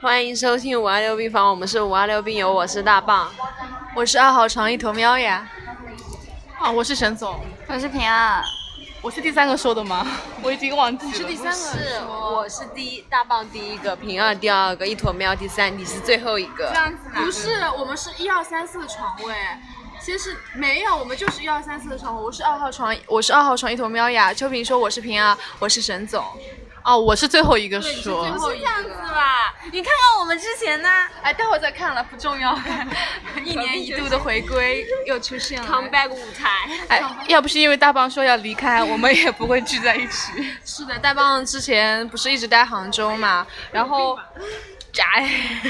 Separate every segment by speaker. Speaker 1: 欢迎收听五二六病房，我们是五二六病友，我是大棒，
Speaker 2: 我是二号床一头喵呀。啊，我是沈总，
Speaker 3: 我是平安，
Speaker 2: 我是第三个说的吗？ 我已经忘记了。
Speaker 1: 是第三个，是我是第一大棒第一个，平二第二个，一坨喵第三，你是最后一个。
Speaker 4: 这样子
Speaker 5: 不是，我们是一二三四个床位，先是没有，我们就是一二三四个床位。我是二号床，
Speaker 2: 我是二号床一头喵呀。秋萍说我是平安，我是沈总。哦，我是最后一个说。
Speaker 5: 不是这样子
Speaker 3: 吧？你看看哦我们之前呢？
Speaker 2: 哎，待会儿再看了，不 重要。一年一度的回归又出现了。
Speaker 1: comeback 舞台。
Speaker 2: 哎，要不是因为大棒说要离 开，我们也不会聚在一起。是的，大棒之前不是一直待杭州嘛，然后。宅，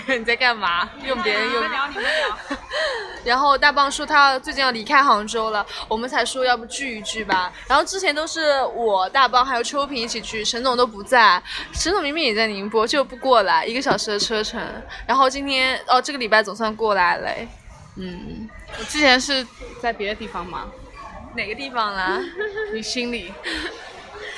Speaker 2: 你在干嘛？用别人用。
Speaker 5: 聊你们聊。
Speaker 2: 然后大棒说他最近要离开杭州了，我们才说要不聚一聚吧。然后之前都是我大棒还有秋萍一起去，沈总都不在，沈总明明也在宁波，就不过来，一个小时的车程。然后今天哦，这个礼拜总算过来了。哎
Speaker 1: 嗯，
Speaker 2: 我之前是在别的地方吗？
Speaker 1: 哪个地方 啦？
Speaker 2: 你心里。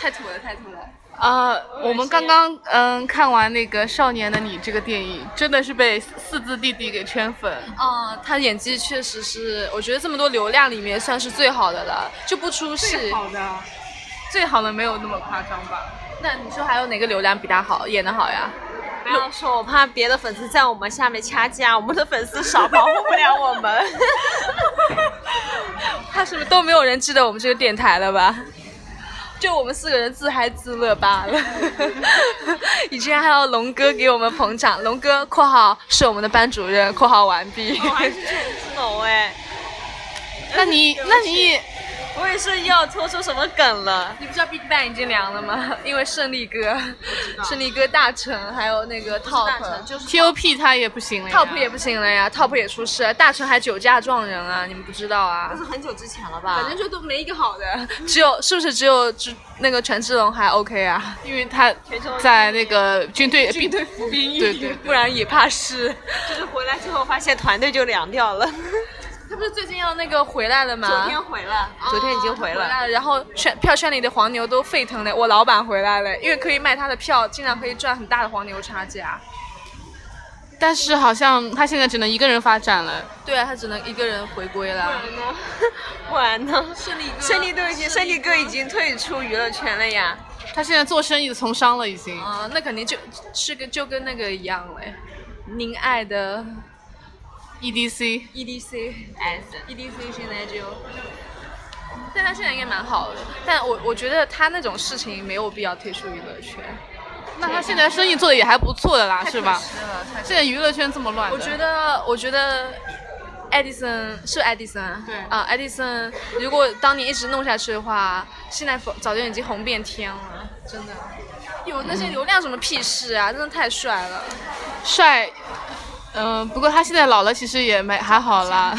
Speaker 5: 太土了，太土了。
Speaker 2: 呃，我们刚刚嗯看完那个《少年的你》这个电影，真的是被四字弟弟给圈粉。啊、
Speaker 1: 他演技确实是，我觉得这么多流量里面算是最好的了，就不出戏。
Speaker 2: 最好的，最好的没有那么夸张吧？
Speaker 1: 那你说还有哪个流量比他好，演的好呀？
Speaker 3: 不要说，我怕别的粉丝在我们下面掐架，我们的粉丝少，保护不了我们。
Speaker 1: 他是不是都没有人记得我们这个电台了吧？就我们四个人自嗨自乐罢了。 以前还有龙哥给我们捧场，龙哥（括号是我们的班主任）（括号完毕）
Speaker 3: 我还是陈思农哎，
Speaker 2: 那你那你
Speaker 3: 我也是要拖出什么梗了？
Speaker 1: 你不知道 BigBang 已经凉了吗？因为胜利哥、胜利哥大成还有那个 Top
Speaker 5: 大成就是
Speaker 2: TOP 他也不行了呀
Speaker 1: Top 也不行了哎呀，Top 也出事了，大成还酒驾撞人啊，你们不知道啊？
Speaker 3: 是很久之前了吧
Speaker 5: 反正就都没一个好的。
Speaker 1: 只有是不是只有只那个权志龙还 OK 啊？
Speaker 2: 因为他在那个军队军队
Speaker 3: 服兵役，
Speaker 2: 对对，
Speaker 1: 不然也怕是。
Speaker 3: 就是回来之后发现团队就凉掉了。
Speaker 1: 他不是最近要那个回来了吗？
Speaker 3: 昨天回了，啊哦昨天已经回
Speaker 1: 回
Speaker 3: 了。
Speaker 1: 来了，然后圈票圈里的黄牛都沸腾了。我老板回来了，因为可以卖他的票，竟然可以赚很大的黄牛差价。
Speaker 2: 但是好像他现在只能一个人发展了。
Speaker 1: 对啊，他只能一个人回归了。
Speaker 3: 不然呢？
Speaker 1: 胜利哥，
Speaker 3: 胜利都已经，胜利哥已经退出娱乐圈了呀。
Speaker 2: 他现在做生意的从商了，已经。
Speaker 1: 啊、那肯定就是跟就跟那个一样嘞。您爱的
Speaker 2: ，E EDC
Speaker 1: E EDC S EDC 现在就，但他现在应该蛮好的。但我我觉得他那种事情没有必要退出娱乐圈。
Speaker 2: 那他现在生意做的也还不错的啦，是吧？
Speaker 1: 是了，太
Speaker 2: 现在娱乐圈这么乱的，
Speaker 1: 我觉得，我觉得。艾迪森是艾迪森啊，
Speaker 2: 对
Speaker 1: 啊，艾迪森如果当年一直弄下去的话，现在早就已经红遍天了，真的。有那些流量什么屁事啊，真的太帅了。
Speaker 2: 帅，嗯、不过他现在老了，其实也没还好 啦。
Speaker 1: 啊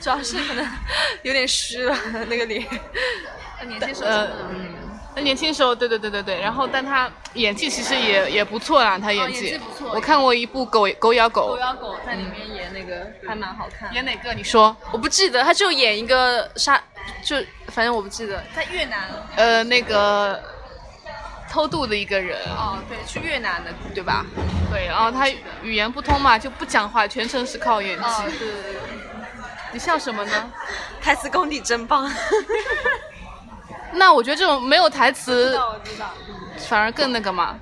Speaker 1: 主要是可能有点虚了那个脸。嗯年轻时候真的
Speaker 2: 呃， 他年轻时候，对对对对对，然后但他演技其实也也不错啦，他演技,、
Speaker 1: 哦演技不错
Speaker 2: 我看过一部狗《狗咬狗
Speaker 1: 狗》，咬狗在里面演那个还蛮好看。
Speaker 2: 演哪个？你说？
Speaker 1: 我不记得，他就演一个杀，就反正我不记得。在越南
Speaker 2: 呃，那个偷渡的一个人，
Speaker 1: 哦，对，去越南的对吧？
Speaker 2: 对，然后他语言不通嘛，就不讲话，全程是靠演技。
Speaker 1: 哦，对对对。
Speaker 2: 你笑什么呢？
Speaker 3: 台词功底真 棒。
Speaker 2: 那我觉得这种没有台词，
Speaker 5: 我知道。
Speaker 2: 反而更那个嘛。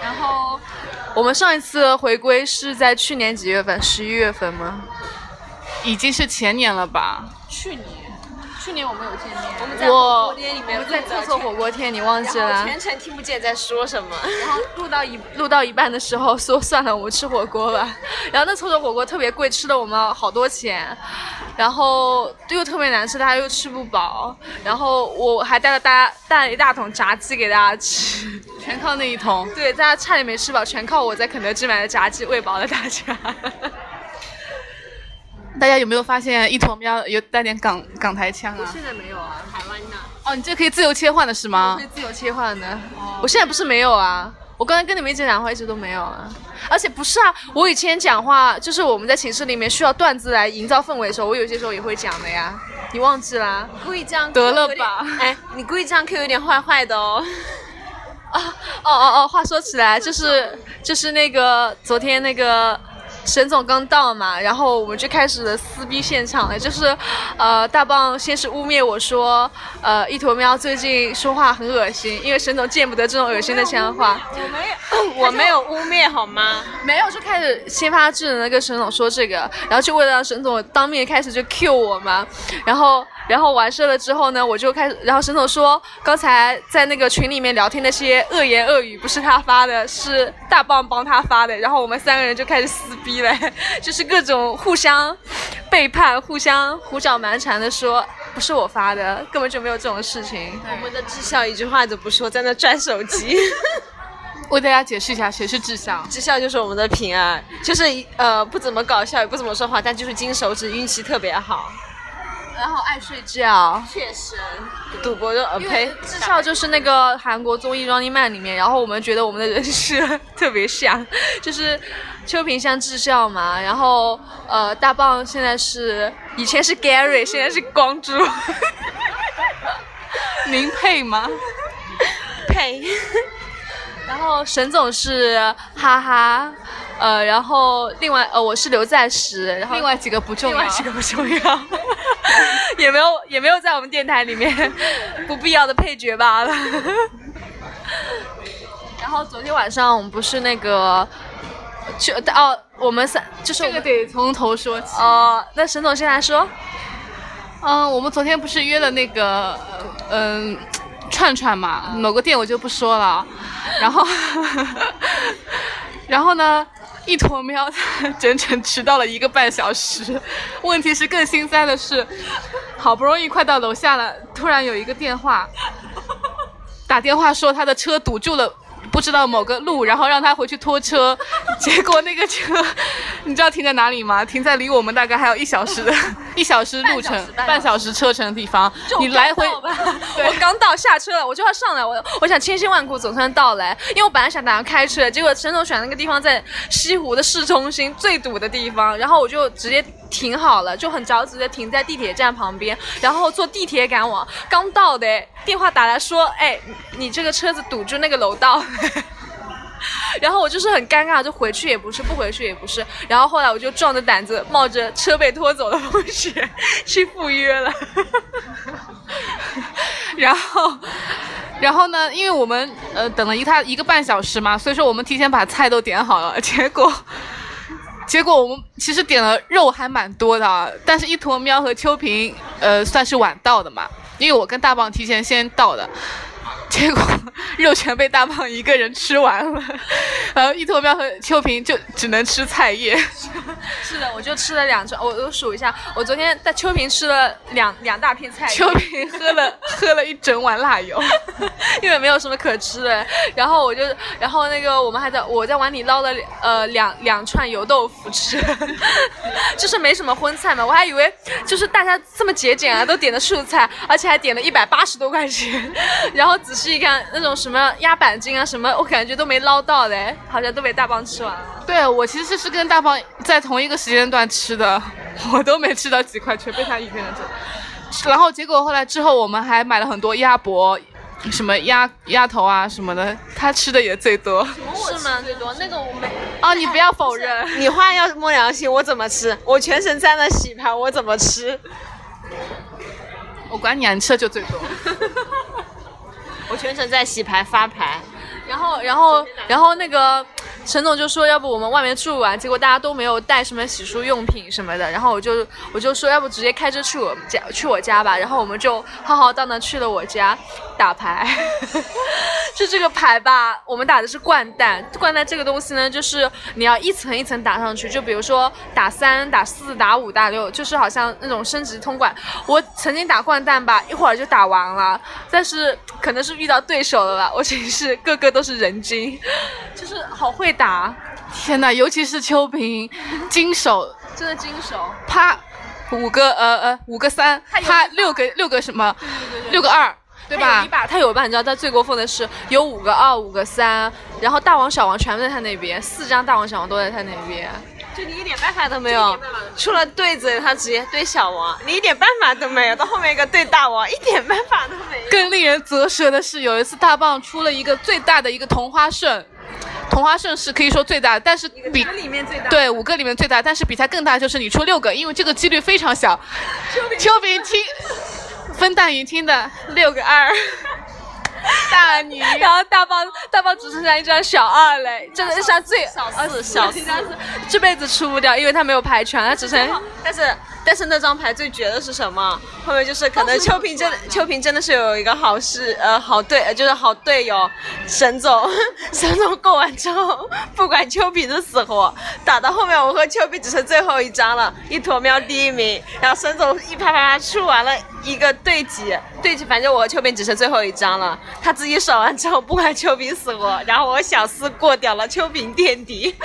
Speaker 1: 然后我们上一次回归是在去年几月份？十一月份吗？
Speaker 2: 已经是前年了吧？
Speaker 1: 去年，去年我们有见面，我们在
Speaker 2: 我
Speaker 3: 里
Speaker 1: 我们在厕所火锅店，你忘记
Speaker 3: 然
Speaker 1: 了
Speaker 3: 后？全程听不见在说什 么。
Speaker 1: 然后录到一录到一半的时候说算了，我们吃火锅吧。 然后那厕所火锅特别贵，吃了我们好多钱，然后又特别难吃，大家又吃不饱。然后我还带了大家带了一大桶炸鸡给大家吃，
Speaker 2: 全靠那一桶。
Speaker 1: 对，大家差点没吃饱，全靠我在肯德基买的炸鸡喂饱了大家。
Speaker 2: 大家有没有发现一坨喵有带点港港台腔啊？
Speaker 5: 现在没有啊，台湾的。
Speaker 2: 哦，你这可以自由切换的是吗
Speaker 1: 会？自由切换的。我现在不是没有啊，我刚才跟你们一起讲话一直都没有啊，而且不是啊，我以前讲话就是我们在寝室里面需要段子来营造氛围的时候，我有些时候也会讲的呀，你忘记啦？
Speaker 3: 故意这样
Speaker 2: 得
Speaker 3: Q 有
Speaker 2: 了
Speaker 3: 点
Speaker 2: 吧
Speaker 3: 哎，你故意这样 Q 有点坏坏的哦。
Speaker 1: 哦哦哦，话说起来，就是就是那个昨天那个。沈总刚到嘛，然后我们就开始了撕逼现场了，就是，呃，大棒先是污蔑我说，呃，一坨喵最近说话很恶心，因为沈总见不得这种恶心的腔话，
Speaker 3: 我没 有，我没有污蔑好吗？
Speaker 1: 没有，就开始先发制人的跟沈总说这个，然后就为了让沈总当面开始就 Q 我嘛，然后然后完事了之后呢，我就开始，然后沈总说刚才在那个群里面聊天那些恶言恶语不是他发的，是大棒帮他发的，然后我们三个人就开始撕逼了， 就是各种互相背叛、互相胡搅蛮缠的说不是我发的，根本就没有这种事情。
Speaker 3: 我们的智孝一句话都不说，在那拽手机。
Speaker 2: 为大家解释一下，谁是智孝？
Speaker 3: 智孝就是我们的平安，就是一呃不怎么搞笑，也不怎么说话，但就是金手指，运气特别好。
Speaker 1: 然后爱睡觉，
Speaker 3: 确实，赌博就呃
Speaker 1: 因
Speaker 3: 呸
Speaker 1: 为，智孝就是那个韩国综艺《Running Man》里面，然后我们觉得我们的人设特别像，就是秋萍像智孝嘛，然后呃大棒现在是以前是 Gary，现在是光 洙，
Speaker 2: 您配吗？
Speaker 3: 呸，
Speaker 1: 然后沈总是哈哈，呃，然后另外呃我是刘在石，然后
Speaker 2: 另外几个不重
Speaker 1: 另
Speaker 2: 要
Speaker 1: 外。几个不重要， 也没有也没有在我们电台里 面不必要的配角罢了。 然后昨天晚上我们不是那个去哦，我们三就是我
Speaker 2: 这个
Speaker 1: 们
Speaker 2: 得从头说起。
Speaker 1: 哦，那沈总先来说，
Speaker 2: 嗯，我们昨天不是约了那个嗯、串串嘛，某个店我就不说了啊。然后， 然后呢，一坨喵它整整迟到了一个半小时。问题是更心塞的是，好不容易快到楼下了，突然有一个电话，打电话说他的车堵住了。不知道某个路，然后让他回去拖车， 结果那个车，你知道停在哪里吗？停在离我们大概还有一小时的一小时路程，半小时车程的地方。你来回
Speaker 1: 我刚到 吧我刚到下车了，我就要上来，我我想千辛万苦总算到来，因为我本来想打算开车，结果沈总选那个地方在西湖的市中心最堵的地方，然后我就直接停好了，就很着急的停在地铁站旁边，然后坐地铁赶往。刚到的电话打来说，哎，你这个车子堵住那个楼道。 然后我就是很尴尬，就回去也不是，不回去也不是。然后后来我就壮着胆子，冒着车被拖走的风险 去赴约了。
Speaker 2: 然后，然后呢，因为我们呃等了一他一个半小时嘛，所以说我们提前把菜都点好了， 结果。结果我们其实点了肉还蛮多的啊，但是一坨喵和秋萍，呃，算是晚到的嘛，因为我跟大棒提前先到的，结果肉全被大棒一个人吃完了，然后一坨喵和秋萍就只能吃菜叶，
Speaker 1: 是的，我就吃了两串，我我数一下，我昨天在秋萍吃了两两大片菜，
Speaker 2: 秋萍喝了喝了一整碗辣油，
Speaker 1: 因为没有什么可吃的。然后我就，然后那个我们还在我在碗里捞了呃两两串油豆腐吃， 就是没什么荤菜嘛，我还以为就是大家这么节俭啊，都点的素菜，而且还点了一百八十多块钱。 然后仔细一看，那种什么鸭板筋啊什么，我感觉都没捞到嘞，好像都被大棒吃完了。
Speaker 2: 对我其实是跟大胖在同一个时间段吃的， 我都没吃到几块，全被他一个人吃。然后结果后来之后，我们还买了很多鸭脖，什么鸭鸭头啊什么的，他吃的也最 多。
Speaker 3: 是吗？最多那个我没。
Speaker 2: 啊，你不要否认，
Speaker 3: 你话要是摸良心，我怎么吃？我全程在那洗盘，我怎么吃？
Speaker 2: 我管你啊，你吃的就最多。
Speaker 3: 我全程在洗牌发牌，
Speaker 1: 然后，然后，然后那个陈总就说，要不我们外面住完，结果大家都没有带什么洗漱用品什么的。然后我就我就说，要不直接开车去我们家去我家吧。然后我们就浩浩荡荡去了我家打牌。 就这个牌吧，我们打的是掼蛋。掼蛋这个东西呢，就是你要一层一层打上去。就比如说打三、打四、打五、打六，就是好像那种升级通关。我曾经打掼蛋吧，一会儿就打完了，但是可能是遇到对手了吧，我寝室个个都是人精，就是好会打。
Speaker 2: 天哪，尤其是秋萍，经手
Speaker 6: 真的精熟。
Speaker 2: 啪，五个呃呃五个三，啪六个六个什么，六个二。对
Speaker 1: 他
Speaker 2: 吧？
Speaker 1: 有一把，他有一把，你知道，他最过分的是有五个二，五个三，然后大王、小王全部在他那边，四张大王、小王都在他那边。
Speaker 3: 就你一点办法都没有，除了对嘴，他直接对小 王，你一点办法都没有。到后面一个对大王，一点办法都没有。
Speaker 2: 更令人啧舌的是，有一次大棒出了一个最大的一个同花顺，同花顺是可以说最大的，但是比
Speaker 3: 里面最大
Speaker 2: 对五个里面最大，但是比它更大就是你出六个，因为这个几率非常小。邱炳听，分蛋云听的六个二，大 女
Speaker 1: 然后大棒大棒只剩下一张小二嘞，真的是他最小四小四，这辈子出不掉，因为他没有牌全，他只剩
Speaker 3: 但是但是那张牌最绝的是什么？后面就是可能秋萍真的秋萍真的是有一个好事呃好队呃就是好队友沈总 沈总过完之后，不管秋萍的死活，打到后面我和秋萍只剩最后一张了，一坨喵第一名，然后沈总一啪啪啪出完了一个对局，对局反正我和秋萍只剩最后一张了，他自己守完之后不管秋萍死活，然后我小四过掉了秋萍垫 底。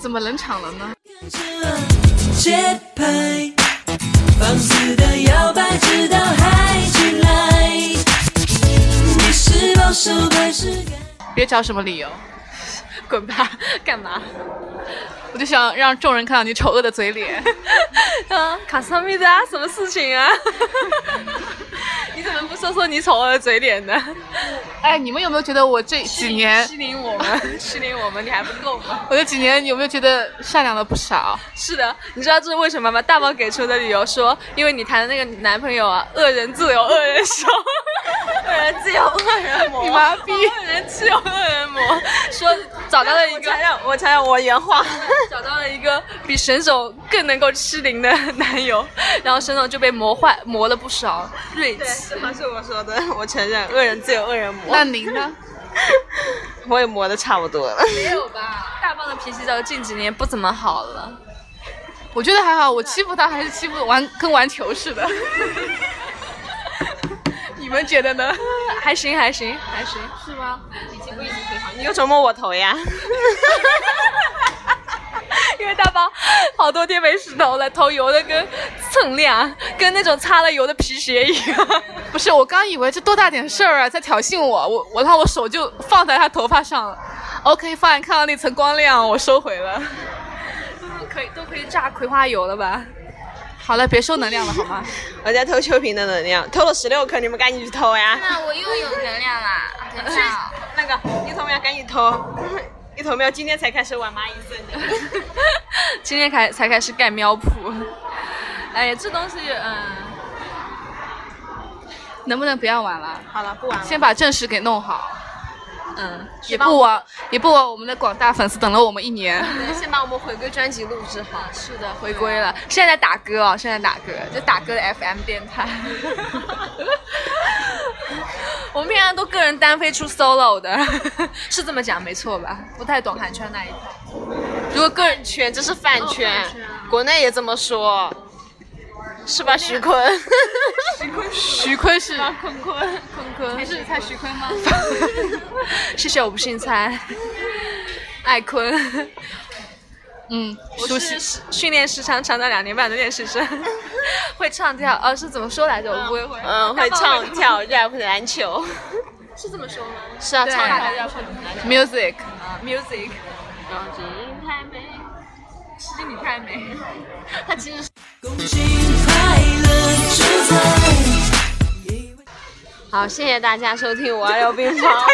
Speaker 2: 怎么冷场了呢？
Speaker 4: 跟着节拍，放肆的摇摆，直到嗨起来。你是保守还是敢？
Speaker 2: 别找什么理由，
Speaker 1: 滚吧，干嘛？
Speaker 2: 我就想让众人看到你丑恶的嘴脸。
Speaker 1: 嗯，卡萨米的啊，什么事情啊？你怎么不说说你丑恶的嘴脸呢？
Speaker 2: 哎，你们有没有觉得我这几年，
Speaker 1: 欺凌我们， 欺凌我们，你还不够吗？
Speaker 2: 我这几年有没有觉得善良了不少？
Speaker 1: 是的，你知道这是为什么吗？大宝给出的理由说，因为你谈的那个男朋友啊，恶人自有恶人收， 恶人自有恶人磨，
Speaker 2: 你妈逼！
Speaker 1: 恶人自有恶人磨，说找到了一
Speaker 3: 我
Speaker 1: 个
Speaker 3: 承认，我承认我原话。
Speaker 1: 找到了一个比沈总更能够欺凌的男友，然后沈总就被磨坏磨了不少锐
Speaker 3: 对，
Speaker 1: 气。
Speaker 3: 这话是我说的， 我承认，恶人自有恶人磨，
Speaker 2: 那您呢？
Speaker 3: 我也磨的差不多了。
Speaker 1: 没有吧？大棒的脾气到近几年不怎么好了。
Speaker 2: 我觉得还好，我欺负他还是欺负玩跟玩球似的。 你们觉得呢？
Speaker 1: 还行还行还行，
Speaker 3: 你又琢磨我头呀？
Speaker 1: 因为大包好多天没洗头了，头油的跟蹭亮，跟那种擦了油的皮鞋一样。
Speaker 2: 不是，我刚以为这多大点事儿啊，在挑衅我，我我然后我手就放在他头发上了。OK fine，看到那层光亮，我收回了。
Speaker 1: 可以都可以榨葵花油了吧？
Speaker 2: 好了，别收能量了 好吗？
Speaker 3: 我在偷秋萍的能量，偷了十六颗，你们赶紧去偷呀！
Speaker 6: 那我又有能量啦，等一下哦。
Speaker 3: 那个一头喵赶紧偷，一头喵今天才开始玩蚂蚁森林。
Speaker 1: 今天开才开始盖喵铺。哎呀，这东西嗯，
Speaker 2: 能不能不要玩了？
Speaker 3: 好了，不玩了。
Speaker 2: 先把正事给弄好。
Speaker 1: 嗯，
Speaker 2: 也不枉也不枉我们的广大粉丝等了我们一年。
Speaker 3: 先把我们回归专辑录制好。
Speaker 1: 是的，回归了。现在在打歌哦，现在打歌，就打歌的 FM 电 台。我们平常都个人单飞出 solo 的， 是这么讲没错吧？不太懂韩圈那一套。
Speaker 3: 如果个人圈，这是哦饭圈，啊国内也这么说，是吧？徐坤，
Speaker 2: 徐坤是
Speaker 3: 坤坤，
Speaker 6: 还是蔡徐坤吗？
Speaker 1: 谢谢，我不姓蔡。艾坤，
Speaker 2: 嗯，
Speaker 1: 我
Speaker 2: 熟
Speaker 1: 是
Speaker 2: 悉
Speaker 1: 是训练时长长达两年半的练习生， 会唱跳，呃、是怎么说来着？我不会会。
Speaker 3: 嗯，会唱跳 rap 篮球，
Speaker 6: 是这么说吗？
Speaker 3: 是啊，
Speaker 1: 对
Speaker 3: 唱跳 rap 篮球。
Speaker 2: music。
Speaker 1: music，
Speaker 6: 你太美。
Speaker 4: 恭喜快乐就在。
Speaker 3: 好，谢谢大家收听我爱溜 冰房。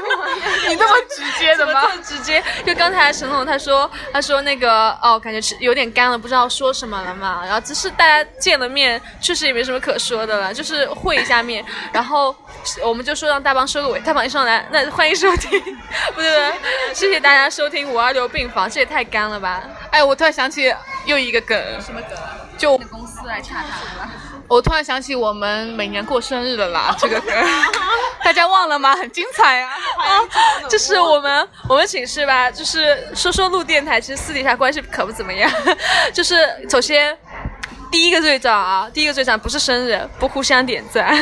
Speaker 1: 你这 么直接的吗？这么直接？就刚才沈总他说，他说那个哦，感觉吃有点干了，不知道说什么了嘛。然后只是大家见了面，确实也没什么可说的了，就是会一下面。然后我们就说让大帮收个尾，大帮一上来，那欢迎收听， 不对不对，谢谢大家收听五二六病房，这也太干了吧？
Speaker 2: 哎，我突然想起又一个梗，什么梗？啊就
Speaker 6: 公司来洽谈了。
Speaker 2: 我突然想起我们每年过生日的 啦，这个梗，大家忘了吗？很精彩 啊！
Speaker 1: 就是我们我们寝室吧，就是说说录电台，其实私底下关系可不怎么样。 就是首先第一个队长啊，第一个队长不是生日，不互相点赞。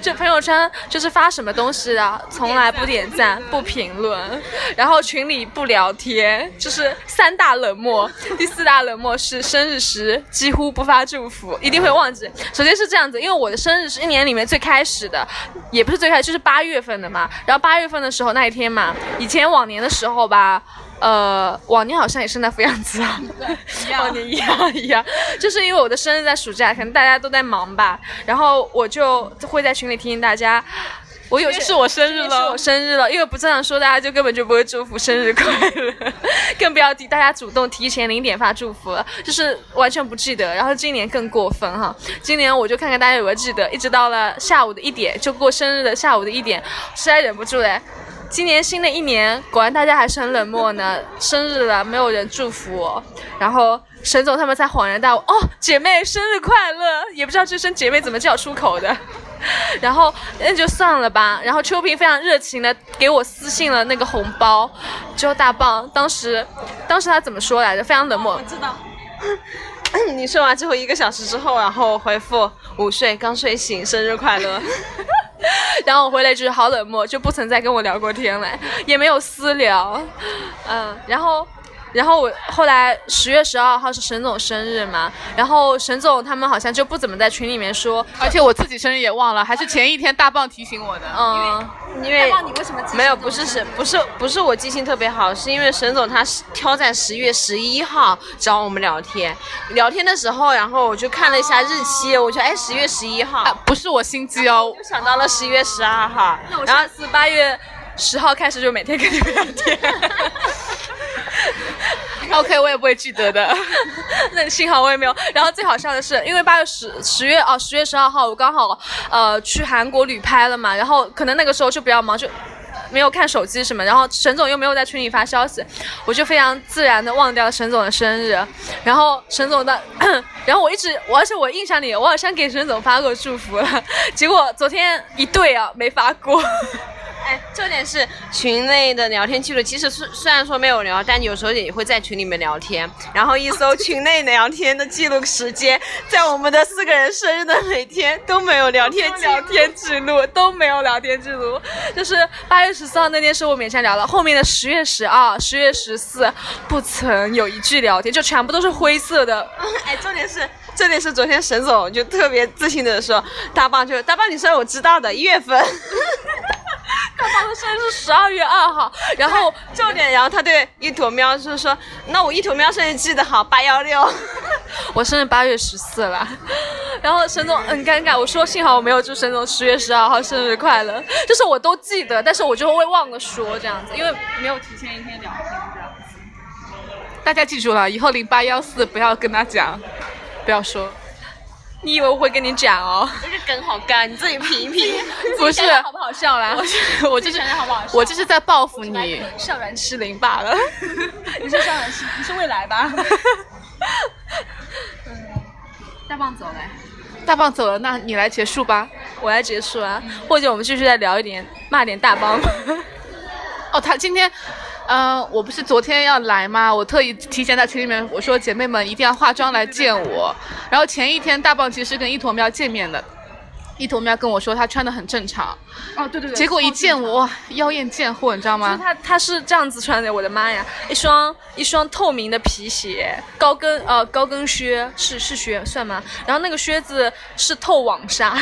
Speaker 1: 就朋友圈就是发什么东西啊，从来不点赞、不评论，然后群里不聊天，就是三大冷漠。第四大冷漠是生日时几乎不发祝福，一定会忘记。首先是这样子，因为我的生日是一年里面最开始的，也不是最开始，就是八月份的嘛。然后八月份的时候那一天嘛，以前往年的时候吧。呃，往年好像也是那副样子啊，往年一样一样， 就是因为我的生日在暑假，可能大家都在忙吧，然后我就会在群里提醒大家，我有些
Speaker 3: 是我生日
Speaker 1: 今天是
Speaker 3: 了
Speaker 1: 我，生日了，因为不这样说，大家就根本就不会祝福生日快乐， 更不要提大家主动提前零点发祝福了，就是完全不记得。然后今年更过分哈，今年我就看看大家有没有记得，一直到了下午的一点，就过生日的下午的一点，实在忍不住嘞。今年新的一年，果然大家还是很冷漠呢。生日了，没有人祝福我，然后沈总他们才恍然大悟，哦，姐妹生日快乐！也不知道这声姐妹怎么叫出口的。 然后那就算了吧。然后秋萍非常热情的给我私信了那个红包，之后大棒当时，当时他怎么说来着？非常冷漠，
Speaker 3: 你说完之后一个小时之后，然后回复午睡刚睡醒，生日快乐。
Speaker 1: 然后我回了一句好冷漠，就不曾再跟我聊过天了，也没有私聊，嗯，然后。然后我后来十月十二号是沈总生日嘛，然后沈总他们好像就不怎么在群里面说，
Speaker 2: 而且我自己生日也忘了，还是前一天大棒提醒我的。
Speaker 1: 嗯，
Speaker 3: 因为
Speaker 5: 你为什么
Speaker 3: 没有，不是是不是不是我记性特别好，是因为沈总他是挑在十月十一号找我们聊天，聊天的时候，然后我就看了一下日期，我就哎十月十一号，
Speaker 2: 啊，不是我心机哦
Speaker 3: 就，想到了十月十二号，
Speaker 1: 然
Speaker 3: 然
Speaker 1: 后
Speaker 3: 后
Speaker 1: 自八月十号开始就每天跟你们聊 天。
Speaker 2: OK，我也不会记得的。
Speaker 1: 那幸好我也没有。然后最好笑的是，因为八月十十月哦十月十二号，我刚好呃去韩国旅拍了嘛，然后可能那个时候就比较忙，就。没有看手机什么，然后沈总又没有在群里发消息，我就非常自然的忘掉了沈总的生日。然后沈总的， 然后我一直，我而且我印象里我好像给沈总发过祝福了，结果昨天一对啊没发过。
Speaker 3: 哎，重点是群内的聊天记录，其实虽虽然说没有聊，但有时候也会在群里面聊天。然后一搜群内聊天的记录时间，在我们的四个人生日的每天都没有聊天记录。
Speaker 1: 聊天记录都没有聊天记录，就是八月十四号那天是我勉强聊了，后面的十月十二、十月十四不曾有一句聊天，就全部都是灰色的。
Speaker 3: 哎，重点是，重点是昨天沈总就特别自信的说，大棒就大棒，你生日我知道的，一月份。
Speaker 1: 他生日是十二月二号，然后
Speaker 3: 重点，然后他对一坨喵就说，那我一坨喵生日记得好，八幺六。
Speaker 1: 我生日八月十四了， 然后沈总很尴尬，我说幸好我没有祝沈总十月十二号生日快乐，就是我都记得，但是我就会忘了说这样子，因为
Speaker 5: 没有提前一天聊天这样？
Speaker 2: 大家记住了，以后零八幺四不要跟他讲， 不要说。
Speaker 1: 你以为我会跟你讲哦，
Speaker 3: 这个梗好干，你自己评一评。
Speaker 2: 不是，
Speaker 1: 好 不好笑啦？
Speaker 2: 我就是
Speaker 5: 想想好不好笑
Speaker 2: 我就是在报复你。
Speaker 1: 校园失灵罢了。
Speaker 5: 你是上来是你是未来吧？大棒走了，
Speaker 2: 大棒走了，那你来结束吧。
Speaker 1: 我来结束啊，或者我们继续再聊一点，骂点大帮。
Speaker 2: 哦，他今天，嗯、我不是昨天要来吗？我特意提前在群里面我说姐妹们一定要化妆来见我。然后前一天大棒其实是跟一坨喵见面的，一坨喵跟我说她穿的很正常，
Speaker 5: 哦对对对，
Speaker 2: 结果一见我哇妖艳贱货，你知道
Speaker 1: 就是
Speaker 2: 吗？
Speaker 1: 他他是这样子穿的，我的妈呀，一双一双透明的皮鞋，高跟呃高跟靴是是靴算吗？然后那个靴子是透网 纱，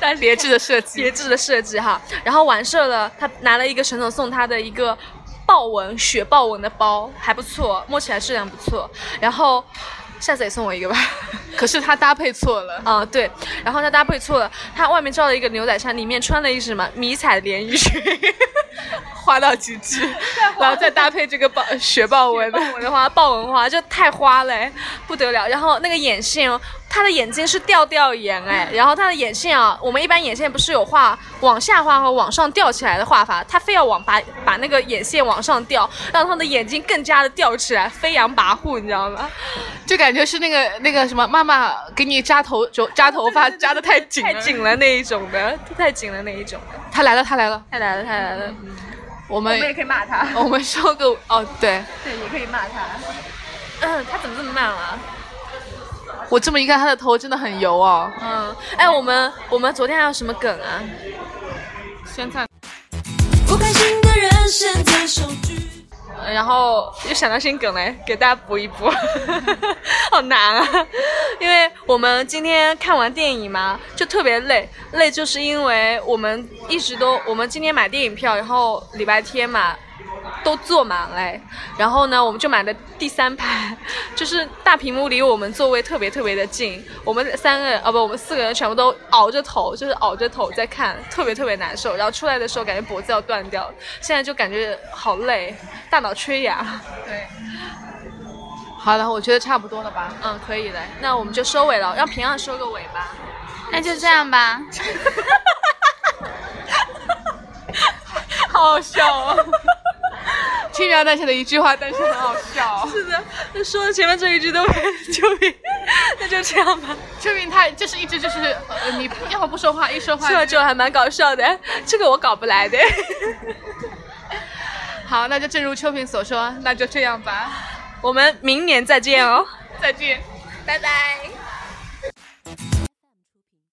Speaker 1: 但是
Speaker 2: 别致的设计
Speaker 1: 别，致的设计哈。然后完事儿了，他拿了一个沈总送他的一个豹纹雪豹纹的包，还不错，摸起来质量不错。然后下次也送我一个吧。
Speaker 2: 可是她搭配错了。
Speaker 1: 啊、对，然后他搭配错了，他外面罩了一个牛仔衫，里面穿了一个什么迷彩连衣裙，
Speaker 2: 花到极致，然后再搭配这个 豹雪豹纹
Speaker 1: 豹纹花，豹纹花就太花了、哎，不得了。然后那个眼线哦，他的眼睛是吊吊眼哎，然后他的眼线啊，我们一般眼线不是有画往下画和往上吊起来的画法，他非要往把把那个眼线往上吊，让他的眼睛更加的吊起来，飞扬跋扈，你知道吗？
Speaker 2: 就感觉是那个那个什么妈妈给你扎头就扎头发扎的太紧
Speaker 1: 太
Speaker 2: 了。
Speaker 1: 紧了那一种的，太紧了那一种的，
Speaker 2: 他来了，他来了，
Speaker 1: 太来了，太来了。
Speaker 2: 我们
Speaker 5: 嗯可以骂他，
Speaker 2: 我们收个哦对，
Speaker 5: 对，也可以骂他。
Speaker 1: 嗯，他怎么这么慢啊？
Speaker 2: 我这么一看，他的头真的很油哦。
Speaker 1: 嗯，哎，我们我们昨天还有什么梗啊？
Speaker 2: 现在
Speaker 4: 不开心的人现在手举。
Speaker 1: 呃然后
Speaker 7: 又想到新梗来给大家补一 补，好难啊！
Speaker 1: 因为我们今天看完电影嘛，就特别累，累就是因为我们一直都，我们今天买电影票，然后礼拜天嘛。都坐满嘞，然后呢，我们就买的第三排， 就是大屏幕离我们座位特别特别的近，我们三个人啊不，我们四个人全部都熬着头，就是熬着头在看，特别特别难受。然后出来的时候感觉脖子要断掉，现在就感觉好累，大脑缺氧。
Speaker 2: 好了，我觉得差不多了吧。
Speaker 1: 嗯，可以的，那我们就收尾了，让平安收个尾吧。
Speaker 8: 那就这样 吧。
Speaker 2: 好笑哦，轻描淡写的一句话，但是很好笑、 哦。
Speaker 1: 是的，那 说的前面这一句都没救命， 那就这样吧。
Speaker 2: 证明他就是一直就是，呃、你要么不说话，一说话
Speaker 1: 这就还蛮搞笑的，这个我搞不来的。
Speaker 2: 好，那就正如秋萍所说，那就这样吧，
Speaker 1: 我们明年再见哦。
Speaker 2: 再见。
Speaker 1: 拜拜。